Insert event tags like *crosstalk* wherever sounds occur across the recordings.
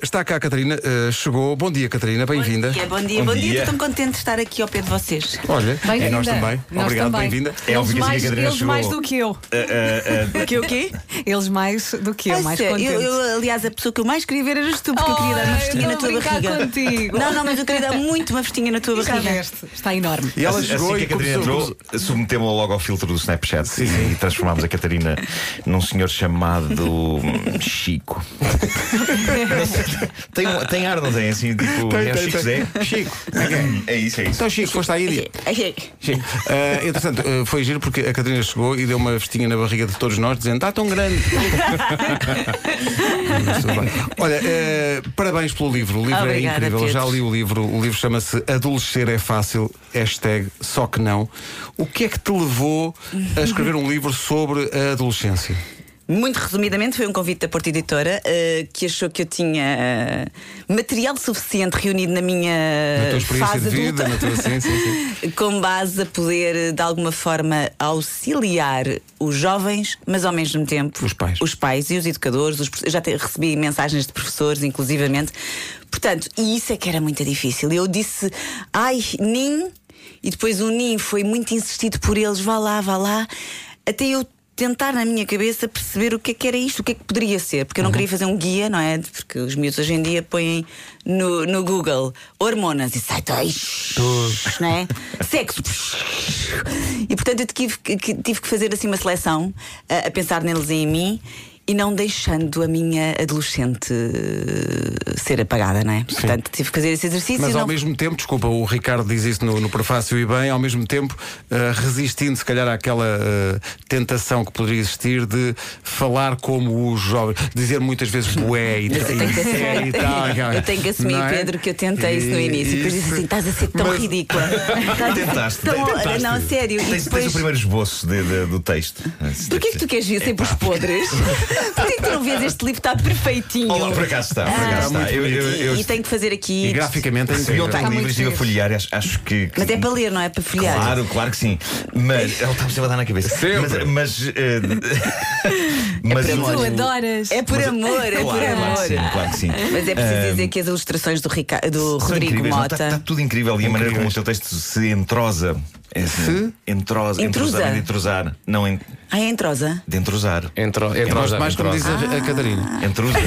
Está cá a Catarina, eh, chegou. Bom dia, Catarina, bem-vinda. Bom dia, bom dia, Bom bom dia. dia. Estou tão contente de estar aqui ao pé de vocês. Olha, Bem-vinda. é nós também. Nós Obrigado, também. bem-vinda. É Eles, óbvio que a mais, Catarina eles chegou. mais do que *laughs* eu. que *laughs* o quê? Eles mais do que eu, mais Nossa, contentes. é, eu, eu, aliás, a pessoa que eu mais queria ver eras tu, porque eu queria dar uma Ai, festinha eu na vou tua brincar barriga. contigo. Não, não, mas eu queria dar muito uma festinha na tua Já barriga. veste, está enorme. E ela assim, chegou assim que e a Catarina começou- entrou, submetemos-la logo ao filtro do Snapchat e transformámos a Catarina num senhor chamado *laughs* hum, Chico. Não sei, tem, um- tem ar, não tem? Assim, tipo, Tem, é o tem, Chico tem. Zé? Chico. É isso, é isso. Então, Chico, foste à Índia. Sim. Ah, entretanto, ah, foi giro porque a Catarina chegou e deu uma festinha na barriga de todos nós, dizendo: está tão *laughs* grande. Mas tudo bem. Olha, ah, parabéns pelo livro. O livro é Obrigada, incrível. Eu Já Pedro. li o livro. O livro chama-se Adolescer é Fácil, hashtag só que não. O que é que te levou a escrever um livro sobre a adolescência? Muito resumidamente, foi um convite da Porta Editora eh, que achou que eu tinha eh, material suficiente reunido na minha Na tua experiência fase de vida, adulta. na tua sim, sim, sim. com base a poder, eh, de alguma forma, auxiliar os jovens, mas ao mesmo tempo Os pais. e os educadores. Os, profe- eu já te- recebi mensagens de professores, inclusivamente. Portanto, e isso é que era muito difícil. Eu disse, ai, NIM, e depois o NIM foi muito insistido por eles, vá lá, vá lá, até eu. Tentar na minha cabeça perceber o que é que era isto, o que é que poderia ser, porque eu não Uhum. queria fazer um guia, não é? Porque os miúdos hoje em dia põem no, no Google hormonas e sai não é? Sexo. E portanto eu tive que, que- tive que fazer assim uma seleção a, a pensar neles e em mim e não deixando a minha adolescente eh, ser apagada, não é? Portanto tive que fazer esse exercício. Mas e ao não- mesmo tempo, desculpa, o Ricardo diz isso no, no prefácio e bem, ao mesmo tempo ah, resistindo se calhar àquela ah, tentação que poderia existir de falar como os jovens, dizer muitas vezes bué e, Mas *laughs* eu tenho que e sério e tal. assumir, eu tenho que assumir, não é? Pedro, que eu tentei isso no E- início. Depois disse isso- assim: estás a ser tão Mas- ridícula. Tentaste, Tão- tentaste. Não, sério. E Tens, tens o depois. primeiro esboço de- de- do texto. Porquê que tu queres ver sempre os Epá. *laughs* podres? Porquê que tu não vês este livro? Está perfeitinho. tá Olá, por acaso está, por acaso Ah. está. Eu, eu, eu, e, e tenho que fazer aqui. E graficamente é recebi incrível. um ontem Está o livro muito e estive a giro. folhear, acho, acho que. que- Mas é para ler, não é? Para folhear. Claro, claro que sim. Mas ela está-me sempre a dar na cabeça. Sempre. Mas. Mas, eh, mas para o- nós. Tu adoras. É por Mas- amor, é claro, por Claro que amor. sim, claro que sim. Mas é preciso Ah, dizer que as ilustrações do, Rica- do são Rodrigo incríveis, não? tá- Mota. Está, está tudo incrível e a maneira como o teu texto se entrosa. É assim, Intrusa. Entrosa. Entrosar, entrosar. Não, en, Ah, é entrosa? de entrosar. Entrou, entrou Gosto já, mais entrou como diz a, já. a Catarina. Entrusa.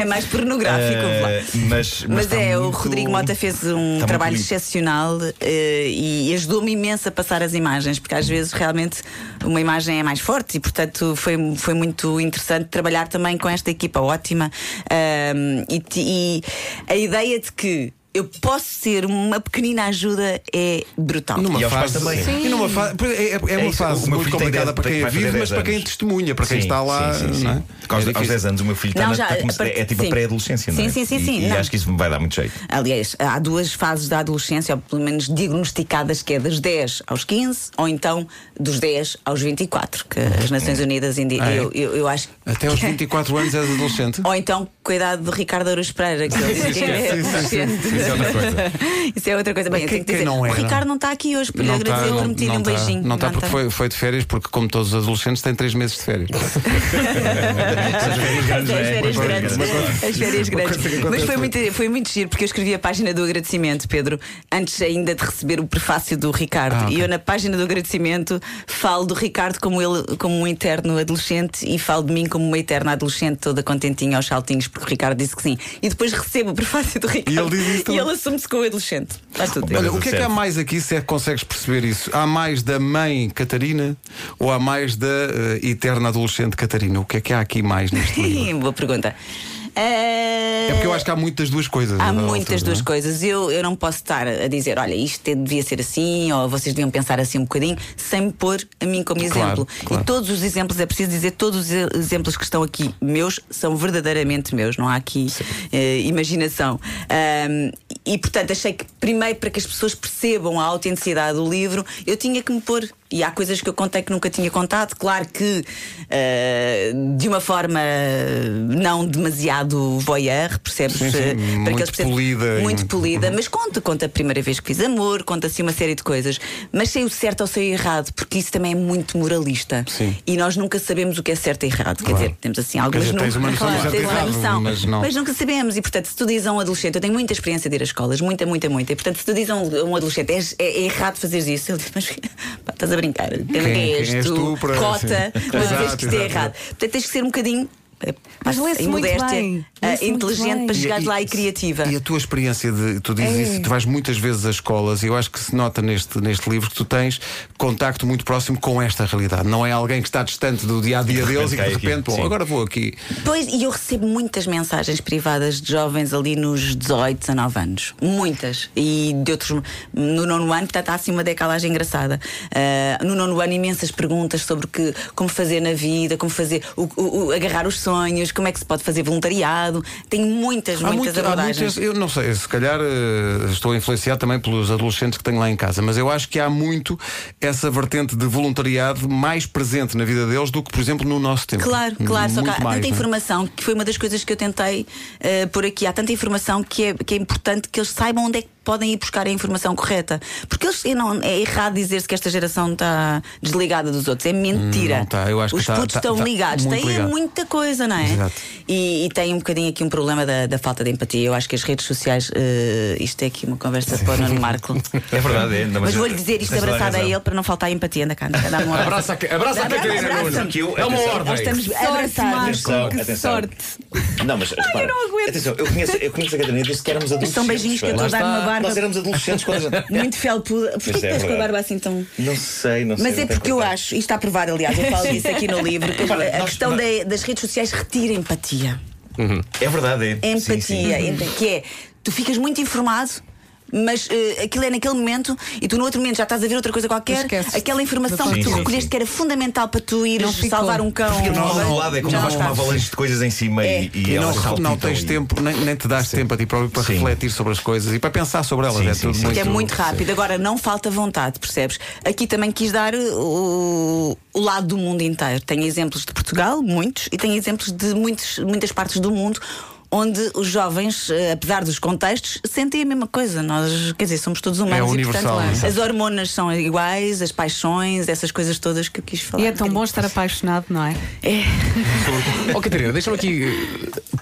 É mais pornográfico. vá. Eh, mas, Mas está é, o muito- Rodrigo Mota fez um está trabalho muito lindo. excepcional eh, e ajudou-me imenso a passar as imagens, porque às vezes realmente uma imagem é mais forte e, portanto, foi, foi muito interessante trabalhar também com esta equipa ótima Ahm, e, ti- e a ideia de que eu posso ser uma pequena ajuda é brutal. Numa E aos pais fase, também. E numa fase, pois é, é- é uma isso, o fase meu muito filho tem complicada 10, para quem tem- a vai fazer vive, 10 mas para quem anos. testemunha, para quem Sim, está lá. Sim, sim, sim. não é? Por causa- É aos difícil. 10 anos, o meu filho está Não, na- já, está como se- a partir- é tipo sim. a pré-adolescência, não Sim, é? sim, sim, E- sim, E não. acho que isso me vai dar muito jeito. Aliás, há duas fases da adolescência, ou pelo menos diagnosticadas, que é das 10 aos 15, ou então dos 10 aos 24, que as Nações Unidas indicam. Ah, é? Eu, eu, eu acho. Até *laughs* aos 24 anos és adolescente. Ou então, cuidado de Ricardo Aruz Pereira, *laughs* que ele disse que é Sim, sim, sim. adolescente. Isso é outra coisa. *laughs* Isso é outra coisa. Bem, Mas eu quem- tenho que dizer, quem não o era? Ricardo não está aqui hoje, para lhe Não tá, agradecer, eu não- prometi-lhe não um tá. beijinho. Não está Não porque tá. foi, foi de férias, porque como todos os adolescentes tem três meses de férias. As férias Uma coisa grandes. é? que- As férias Uma coisa que grandes. Mas acontece foi muito, foi muito giro, porque eu escrevi a página do agradecimento, Pedro, antes ainda de receber o prefácio do Ricardo. Ah, ok. E eu, na página do agradecimento, falo do Ricardo como, ele, como um eterno adolescente e falo de mim como uma eterna adolescente, toda contentinha aos saltinhos, porque o Ricardo disse que sim. E depois recebo o prefácio do Ricardo. ele diz isso e também. ele assume-se como adolescente. Faz tudo. Olha, o que é que há mais aqui, se é que consegues perceber isso? Há mais da mãe Catarina ou há mais da eh, eterna adolescente Catarina? O que é que há aqui mais *laughs* neste livro? *laughs* Boa pergunta. É porque eu acho que há muitas duas coisas. Há a dada muitas altura, duas não é? coisas. Eu, eu não posso estar a dizer, olha, isto te- devia ser assim, ou vocês deviam pensar assim um bocadinho, sem me pôr a mim como Claro, exemplo. claro. E todos os exemplos, é preciso dizer, todos os e- exemplos que estão aqui meus são verdadeiramente meus, não há aqui eh, imaginação. Ahm, e, portanto, achei que primeiro para que as pessoas percebam a autenticidade do livro, eu tinha que me pôr E há coisas que eu contei que nunca tinha contado. Claro que eh, de uma forma eh, não demasiado voyeur, percebes? Sim, sim, Eh, muito eles percebam- polida e- Muito *laughs* polida, mas conta, conta a primeira vez que fiz amor, conta assim uma série de coisas. Mas sei o certo ou sei o errado, porque isso também é muito moralista. Sim. E nós nunca sabemos o que é certo e errado. Quer Claro. dizer, temos assim algumas dizer, tens uma noção do certo e tens uma errado, noção, mas não. nunca sabemos. E portanto, se tu dizes a um adolescente, eu tenho muita experiência de ir às escolas, muita, muita, muita. E portanto, se tu dizes a um, a um adolescente, "És- é, é errado fazeres isso, ele diz, mas *laughs* pá, estás a brincar. Quem, quem és, és tu tu? para- Cota, sim. mas *laughs* Exato, tens que isto é exato. errado. Portanto, tens que ser um bocadinho. eh, Mas pá, lê-se em muito modéstia, bem. eh, Lê-se muito inteligente bem. para chegares lá e criativa. E a tua experiência de. Tu dizes É. isso, tu vais muitas vezes às escolas e eu acho que se nota neste, neste livro que tu tens contacto muito próximo com esta realidade. Não é alguém que está distante do dia a dia deles e que cai de aqui. repente, bom, Sim. agora vou aqui. Pois, e eu recebo muitas mensagens privadas de jovens ali nos 18, 19 anos. Muitas. E de outros. No nono ano, portanto, há assim uma decalagem engraçada. Ah, no nono ano, imensas perguntas sobre o que, como fazer na vida, como fazer. O, o- o- agarrar os sonhos, como é que se pode fazer voluntariado. Tenho muitas, Há muitas muito- há abordagens. muitas- eu não sei, se calhar eh, estou influenciado também pelos adolescentes que tenho lá em casa, mas eu acho que há muito essa vertente de voluntariado mais presente na vida deles do que, por exemplo, no nosso tempo. Claro, claro, só Uhum. que Muito há tanta mais, não é? informação que foi uma das coisas que eu tentei eh, por aqui. Há tanta informação que é, que é importante que eles saibam onde é que podem ir buscar a informação correta. Porque eles, eu não, é errado dizer-se que esta geração está desligada dos outros. É mentira. Hum, Não está, eu acho que Os está- putos está- estão está ligados, muito têm ligado. muita coisa, não é? Exato. E, e tem um bocadinho aqui um problema da, da falta de empatia. Eu acho que as redes sociais, eh, isto é aqui uma conversa para o Nuno *laughs* Marco. É verdade, é. ainda Mas mais- vou-lhe dizer isto tens toda abraçado a razão. ele para não faltar empatia. Anda cá, anda cá, *laughs* dá-me um abraço. Abraça a, abraça a Catarina abraça-me. Nuno. Que eu- É uma atenção. ordem. Nós estamos Sorte, abraçados. Atenção, Marco, que atenção. sorte. Não, mas repara, eu não aguento. Atenção, eu conheço, eu conheço a Catarina desde que éramos adolescentes. Isto são beijinhos que eu pá. estou a dar numa barba Nós éramos adolescentes quando a *laughs* gente- muito felpuda. Porquê que Isso é estás com a verdade. barba assim tão. Não sei, não Mas sei. não é tenho porque eu contato. acho, e está provado, aliás, eu falo disso aqui no livro, que Repara, a nós- questão nós- da- das redes sociais retira empatia. É verdade, é. Empatia, Sim, sim. empa- que é, tu ficas muito informado. Mas eh, aquilo é naquele momento e tu no outro momento já estás a ver outra coisa qualquer, Esqueces aquela informação da que tu Sim, sim, recolheste sim. que era fundamental para tu ir Não ficou. salvar um cão. Porque ou- não, não, lado é como já há não É. uma está. avalanche de coisas em cima e, e E não, elas não saltitam tens e- tempo, nem, nem te das tempo a ti próprio para Sim. refletir sobre as coisas e para pensar sobre elas. Sim, é sim, tudo sim. muito. Então, Que é muito rápido. Agora, não falta vontade, percebes? Aqui também quis dar uh, o, o lado do mundo inteiro. Tenho exemplos de Portugal, muitos, e tenho exemplos de muitos, muitas partes do mundo. Onde os jovens, eh, apesar dos contextos, sentem a mesma coisa. Nós, quer dizer, somos É todos humanos e, universal, portanto, é? exato. as hormonas são iguais, as paixões, essas coisas todas que eu quis falar. E é um tão bom bocadinho. estar apaixonado, não é? Ó Catarina, deixa-me aqui eh,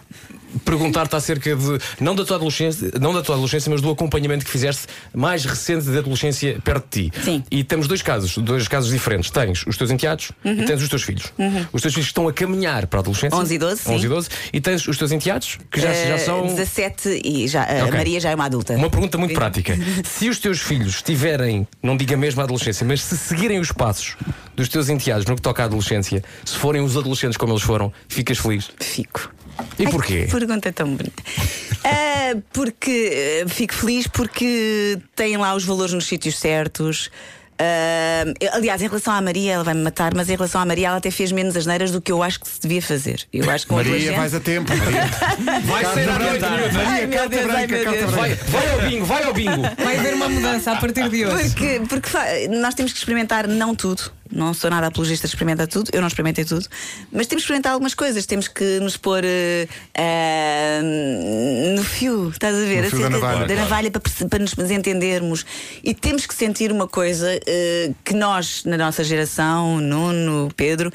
perguntar-te acerca de não da tua adolescência, não da tua adolescência, mas do acompanhamento que fizeste mais recente da adolescência perto de ti. Sim. E temos dois casos, dois casos diferentes. Tens os teus enteados e tens os teus filhos. Os teus filhos estão a caminhar para a adolescência. 11 Uhum. e 12, sim. 11 e 12 e tens os teus enteados que já, Assim, já Eh, são 17 e já, a Ok. Maria já é uma adulta. Uma pergunta muito Sim. *laughs* prática. Se os teus filhos tiverem, não diga mesmo a adolescência, mas se seguirem os passos dos teus enteados no que toca à adolescência, se forem os adolescentes como eles foram, ficas feliz. Fico. E Ai, porquê? que pergunta tão bonita. *laughs* Ah, porque ah, fico feliz porque têm lá os valores nos sítios certos. Ah, eu- aliás, em relação à Maria, ela vai-me matar, mas em relação à Maria, ela até fez menos asneiras do que eu acho que se devia fazer. Eu acho que com Maria, adolescente- vais a tempo. *laughs* Maria. Vai Carta branca. Maria, Ai, meu carta Deus, branca, ai, meu carta Deus. branca. Vai, vai ao bingo, vai ao bingo. Vai haver uma mudança a partir de hoje. Porque, porque fa- nós temos que experimentar não tudo. Não sou nada apologista de experimentar tudo, eu não experimentei tudo, mas temos que experimentar algumas coisas, temos que nos pôr eh, eh, no fio, estás a ver? No fio da Acerca navalha, claro. navalha para, perce- para nos entendermos. E temos que sentir uma coisa eh, que nós, na nossa geração, Nuno, Pedro,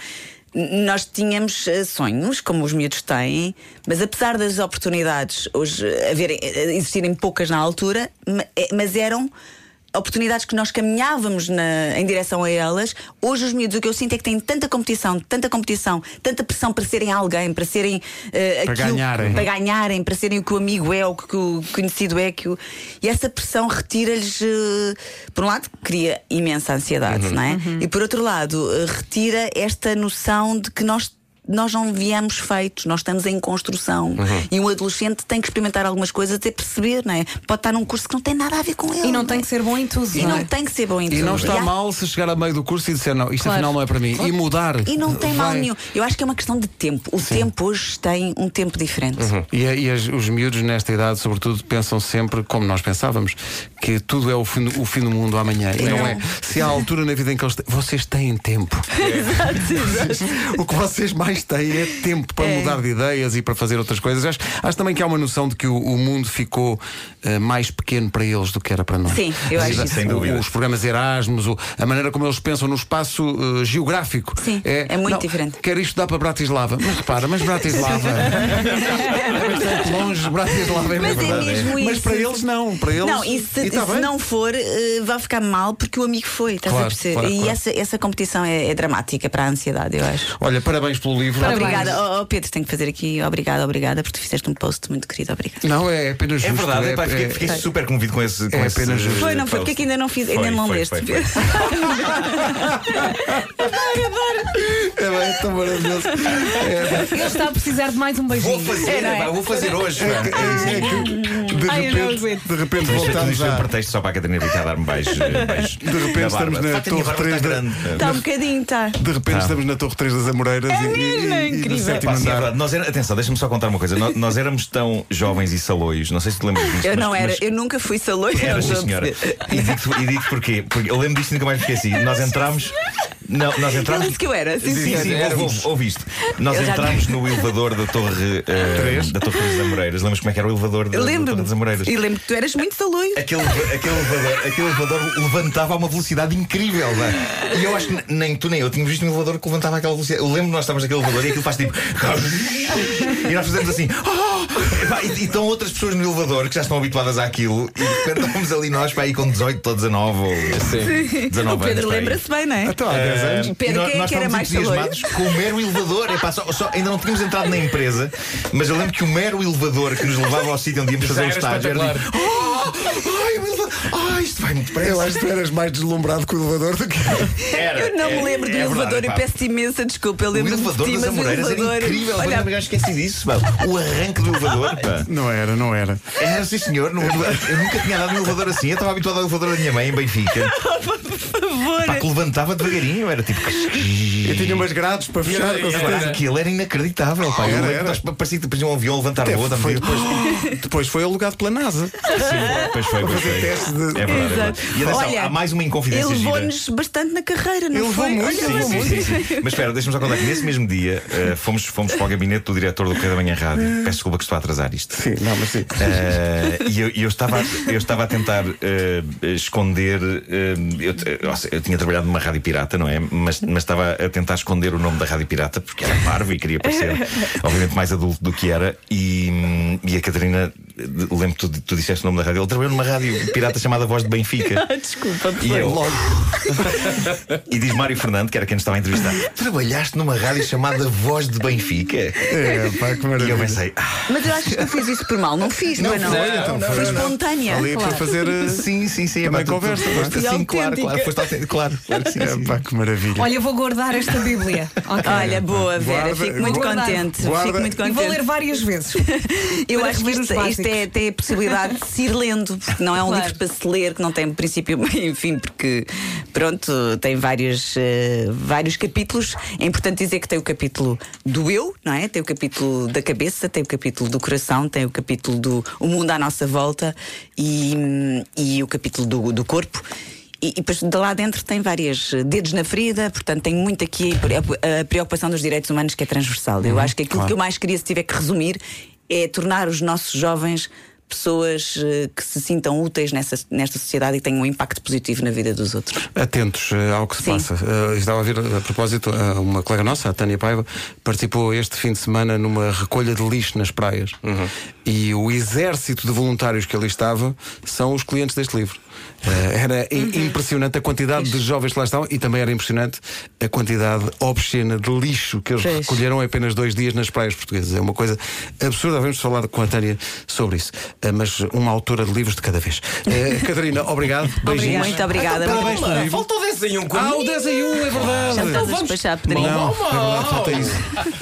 n- nós tínhamos eh, sonhos, como os miúdos têm, mas apesar das oportunidades hoje eh, haverem, eh, existirem poucas na altura, ma- eh, mas eram. Oportunidades que nós caminhávamos na- em direção a elas, hoje os miúdos, o que eu sinto é que têm tanta competição, tanta competição, tanta pressão para serem alguém, para serem eh, Para aquilo- ganharem. para ganharem, para serem o que o amigo é, o que o conhecido é. Que o... E essa pressão retira-lhes, eh, por um lado, cria Uhum. Uhum. imensa ansiedade, não é? E por outro lado, eh, retira esta noção de que nós. nós não viemos feitos, nós estamos em construção. Uhum. E um adolescente tem que experimentar algumas coisas até perceber, não é? Pode estar num curso que não tem nada a ver com ele. E não tem é? que ser bom em tudo. E é? não tem que ser bom em E tudo. não está há- mal se chegar a meio do curso e disser não, isto Claro. afinal não é para mim. E mudar. E não tem mal Vai. nenhum. Eu acho que é uma questão de tempo. O tempo hoje tem um tempo diferente. E, e as- os miúdos nesta idade, sobretudo, pensam sempre, como nós pensávamos, que tudo é o fim, do- o fim do mundo amanhã. E não é. Se há altura na vida em que eles têm, vocês têm *laughs* tempo. o que vocês mais têm é tempo para mudar de ideias e para fazer outras coisas. Acho, acho também que há uma noção de que o, o mundo ficou eh, mais pequeno para eles do que era para nós. Sim, eu acho Exato, isso. Sem dúvida. Os programas Erasmus, o- a maneira como eles pensam no espaço eh, geográfico. Sim, é muito diferente. Quero isto dar para Bratislava. Mas repara, mas *laughs* Bratislava. Bastante é longe, Bratislava é Mas é verdade. mesmo isso. Mas para eles não, para eles. Não, e se, E tá se bem. não for, eh, vai ficar mal porque o amigo foi, estás Claro, a perceber? claro, e claro. Essa, essa competição é, é dramática para a ansiedade, eu acho. Olha, parabéns pelo livro. Parabéns. Obrigada, oh, oh, Pedro, tenho que fazer aqui obrigada, obrigada, porque tu fizeste um post muito querido, obrigada. Não, é apenas É justo. verdade, epá, fiquei, fiquei é- super convido com esse. Com É esse, apenas justo. Foi, não foi? post. Porque é que ainda não fiz, ainda Foi, não foi, leste. foi, foi. é bem, é tão maravilhoso. Ele está a precisar de mais um beijinho. Vou fazer, não é? epá, vou fazer hoje. pá. É, é que de Ai, eu não repente, aguento. de repente Isto é tudo voltamos isto é um a. pretexto só para a Catarina Rita dar-me beijos. beijos De repente estamos na Torre 3 da- Está um bocadinho, está. De repente Tá. estamos na Torre 3 das Amoreiras e, mesmo, e, e, é e no incrível. sétimo andar. nós era, atenção, deixa-me só contar uma coisa. Nós, nós éramos tão jovens e saloios, não sei se te lembras disso. Eu mas- não era, mas- eu nunca fui saloio. Era, sim, senhora. E digo-te e digo-te porquê. Porque eu lembro disto e nunca mais me esqueci. *laughs* Nós entramos. Não, nós Ele entramos. disse que eu era, sim, Sim, senhor. sim, ouve, ouve, ouve isto. Nós Eu já entramos no elevador da Torre eh, da Torre das Amoreiras. Lembras como é que era o elevador da, Eu da Lembro-me. Torre das Amoreiras? E lembro que tu eras muito saloio. Aquele, aquele, elevador, aquele elevador levantava a uma velocidade incrível. não é? E eu acho que nem tu nem eu tínhamos visto um elevador que levantava aquela velocidade. Eu lembro que nós estávamos naquele elevador e aquilo faz tipo. *laughs* E nós fazemos assim. "Oh!" E pá, E e estão outras pessoas no elevador que já estão habituadas àquilo. E de repente estamos ali nós para ir com 18 ou 19 ou Sim. 19 O Pedro É, anos, para aí. lembra-se bem, não é? Então, há 10 anos. Ah, Pedro, e nó- quem é nós que era estávamos mais entusiasmados com o mero elevador. Epá, só- só- ainda não tínhamos entrado na empresa, mas eu lembro que o mero elevador que nos levava ao sítio onde íamos Já fazer o era estágio era tipo, "Oh, ai, o elevador, ai, isto vai muito Eu depressa. acho que tu eras mais deslumbrado com o elevador do que. Era, Eu não é- me lembro do é elevador, verdade, eu pá. peço imensa desculpa. Eu O lembro de elevador ti, das mas o Amoreiras era elevador. incrível. Olha, Olha, eu esqueci disso. pá. O arranque do elevador. *laughs* Pá. Não era, não era. Era sim, senhor. no elevador- eu nunca tinha dado um elevador assim. Eu estava habituado ao elevador da minha mãe *laughs* em Benfica. por favor. Pá, que levantava devagarinho. Era tipo. Eu *laughs* tinha umas grades para fechar. com Epá, certeza. Aquilo era inacreditável, pá. Eu Era, lembro era. que nós- Parecia que depois um avião levantar Até o outro. foi *laughs* meio- depois, depois foi alugado pela NASA. Pois foi, pois foi. teste de- É verdade. é Exato. verdade. E atenção, Olha, há mais uma inconfidência Ele gira. levou-nos bastante na carreira, não Ele foi? levou muito, Olha, Sim, mas- sim, sim, sim. Mas espera, deixa-me só contar que nesse mesmo dia eh, fomos, fomos para o gabinete do diretor do Correio da Manhã Rádio. Peço desculpa que estou a atrasar isto. Sim, não, mas sim. Eh, e eu, e eu estava, eu estava a tentar eh, esconder. eh, eu, te- nossa, eu tinha trabalhado numa rádio pirata, não é? Mas, mas estava a tentar esconder o nome da rádio pirata porque era parvo e queria parecer, obviamente, mais adulto do que era. E, hum, e a Catarina, eh, lembro que tu, tu disseste o nome da rádio. Ele trabalhou numa rádio pirata chamada Voz de Benfica. Desculpa, por E favor. eu. e diz Mário Fernando, que era quem nos estava a entrevistar: Trabalhaste numa rádio chamada Voz de Benfica? É, pá, que maravilha. E eu pensei: Ah, Mas eu acho que tu fiz isso por mal, não fiz, não, é? Não, foi, então, Foi foi, não. espontânea. Ali para fazer. eh, sim, sim, sim. Também epá, tu- tu conversa, não é? foste assim, E claro, autêntica. claro, foste autêntico, claro, claro que sim. É, sim. pá, que maravilha. Olha, eu vou guardar esta Bíblia. Ok. Olha, boa, Vera, Guarda- fico muito guarda- contente. guarda- Fico muito E contente. vou ler várias vezes. Eu para acho que rever isto, os isto básicos. é, tem a possibilidade de se ir lendo, porque não é um Claro. livro para se ler, que não tem princípio, *laughs* meio e fim, porque pronto, tem vários, eh, vários capítulos. É importante dizer que tem o capítulo do eu, não é? Tem o capítulo da cabeça, tem o capítulo do coração, tem o capítulo do o mundo à nossa volta e, hum, e o capítulo do, do corpo. E, e depois de lá dentro tem várias eh, dedos na ferida, portanto tem muito aqui a preocupação dos direitos humanos que é transversal. Eu acho que aquilo que eu mais queria, se tiver que resumir, é tornar os nossos jovens pessoas eh, que se sintam úteis nessa, nesta sociedade e tenham um impacto positivo na vida dos outros. Atentos eh, ao que se Sim. passa. Eh, estava a ver, a propósito, eh, uma colega nossa, a Tânia Paiva, participou este fim de semana numa recolha de lixo nas praias. E o exército de voluntários que ali estava são os clientes deste livro. Eh, era i- Uhum. impressionante a quantidade de jovens que lá estavam e também era impressionante a quantidade obscena de lixo que eles Pois. recolheram em apenas dois dias nas praias portuguesas. É uma coisa absurda. Vamos falar com a Tânia sobre isso. Eh, mas uma autora de livros de cada vez. Eh, *laughs* Catarina, obrigado. Beijinhos. Então, Muito obrigada. parabéns. pelo livro. Faltou 10 em Então 1 Ah, o 10 em 1, é verdade. Já me estás a despachar, Pedrinho. Não, é verdade, falta isso.